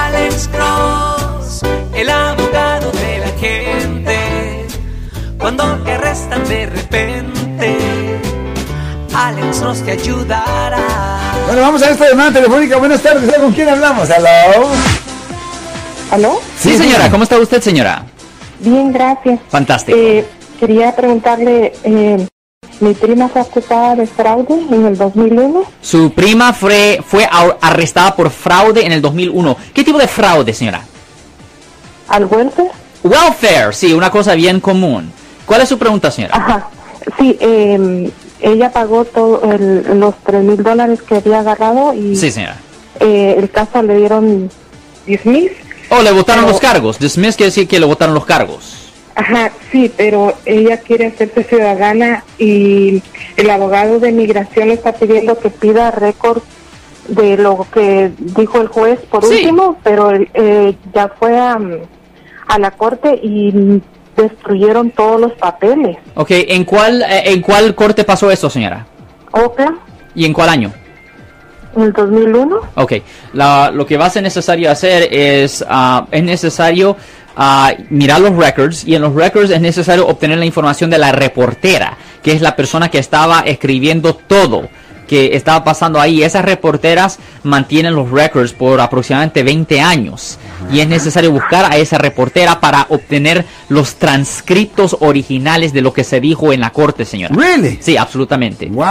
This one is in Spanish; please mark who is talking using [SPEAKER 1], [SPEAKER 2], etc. [SPEAKER 1] Alex Cross, el abogado de la gente. Cuando te arrestan de repente, Alex Cross te ayudará.
[SPEAKER 2] Bueno, vamos a esta llamada telefónica. Buenas tardes. ¿Sabe ¿Con quién hablamos? ¿Aló?
[SPEAKER 3] ¿Aló?
[SPEAKER 2] Sí,
[SPEAKER 4] Sí, señora,
[SPEAKER 2] dígame.
[SPEAKER 4] ¿cómo está usted, señora?
[SPEAKER 3] Bien, gracias.
[SPEAKER 4] Fantástico.
[SPEAKER 3] Eh, quería preguntarle, eh, mi prima fue acusada de fraude en el 2001.
[SPEAKER 4] Su prima fue, fue au- arrestada por fraude en el 2001. ¿Qué tipo de fraude, señora?
[SPEAKER 3] ¿Al welfare?
[SPEAKER 4] Welfare, sí, una cosa bien común. ¿Cuál es su pregunta, señora?
[SPEAKER 3] Ajá. Sí, eh, ella pagó todo el- los tres mil dólares que había agarrado y
[SPEAKER 4] Sí, señora.
[SPEAKER 3] eh, el caso le dieron 10 mil.
[SPEAKER 4] Oh, le votaron
[SPEAKER 3] Pero-
[SPEAKER 4] los cargos. Dismiss quiere decir que le votaron los cargos.
[SPEAKER 3] Ajá, sí, pero ella quiere hacerse ciudadana y el abogado de migración le está pidiendo que pida récord de lo que dijo el juez por
[SPEAKER 4] Sí.
[SPEAKER 3] último, pero eh, ya fue a, a la corte y destruyeron todos los papeles.
[SPEAKER 4] Ok, ¿en cuál, eh, ¿en cuál corte pasó eso, señora?
[SPEAKER 3] Oakland,
[SPEAKER 4] ¿Y en cuál año?
[SPEAKER 3] en el 2001.
[SPEAKER 4] Ok, la- lo que va a ser necesario hacer es, ah, es necesario ah, mirar los records y en los records es necesario obtener la información de la reportera, que es la persona que estaba escribiendo todo que estaba pasando ahí. Esas reporteras mantienen los records por aproximadamente 20 años y es necesario buscar a esa reportera para obtener los transcritos originales de lo que se dijo en la corte, señora.
[SPEAKER 2] ¿Really?
[SPEAKER 4] Sí, absolutamente.
[SPEAKER 2] Wow.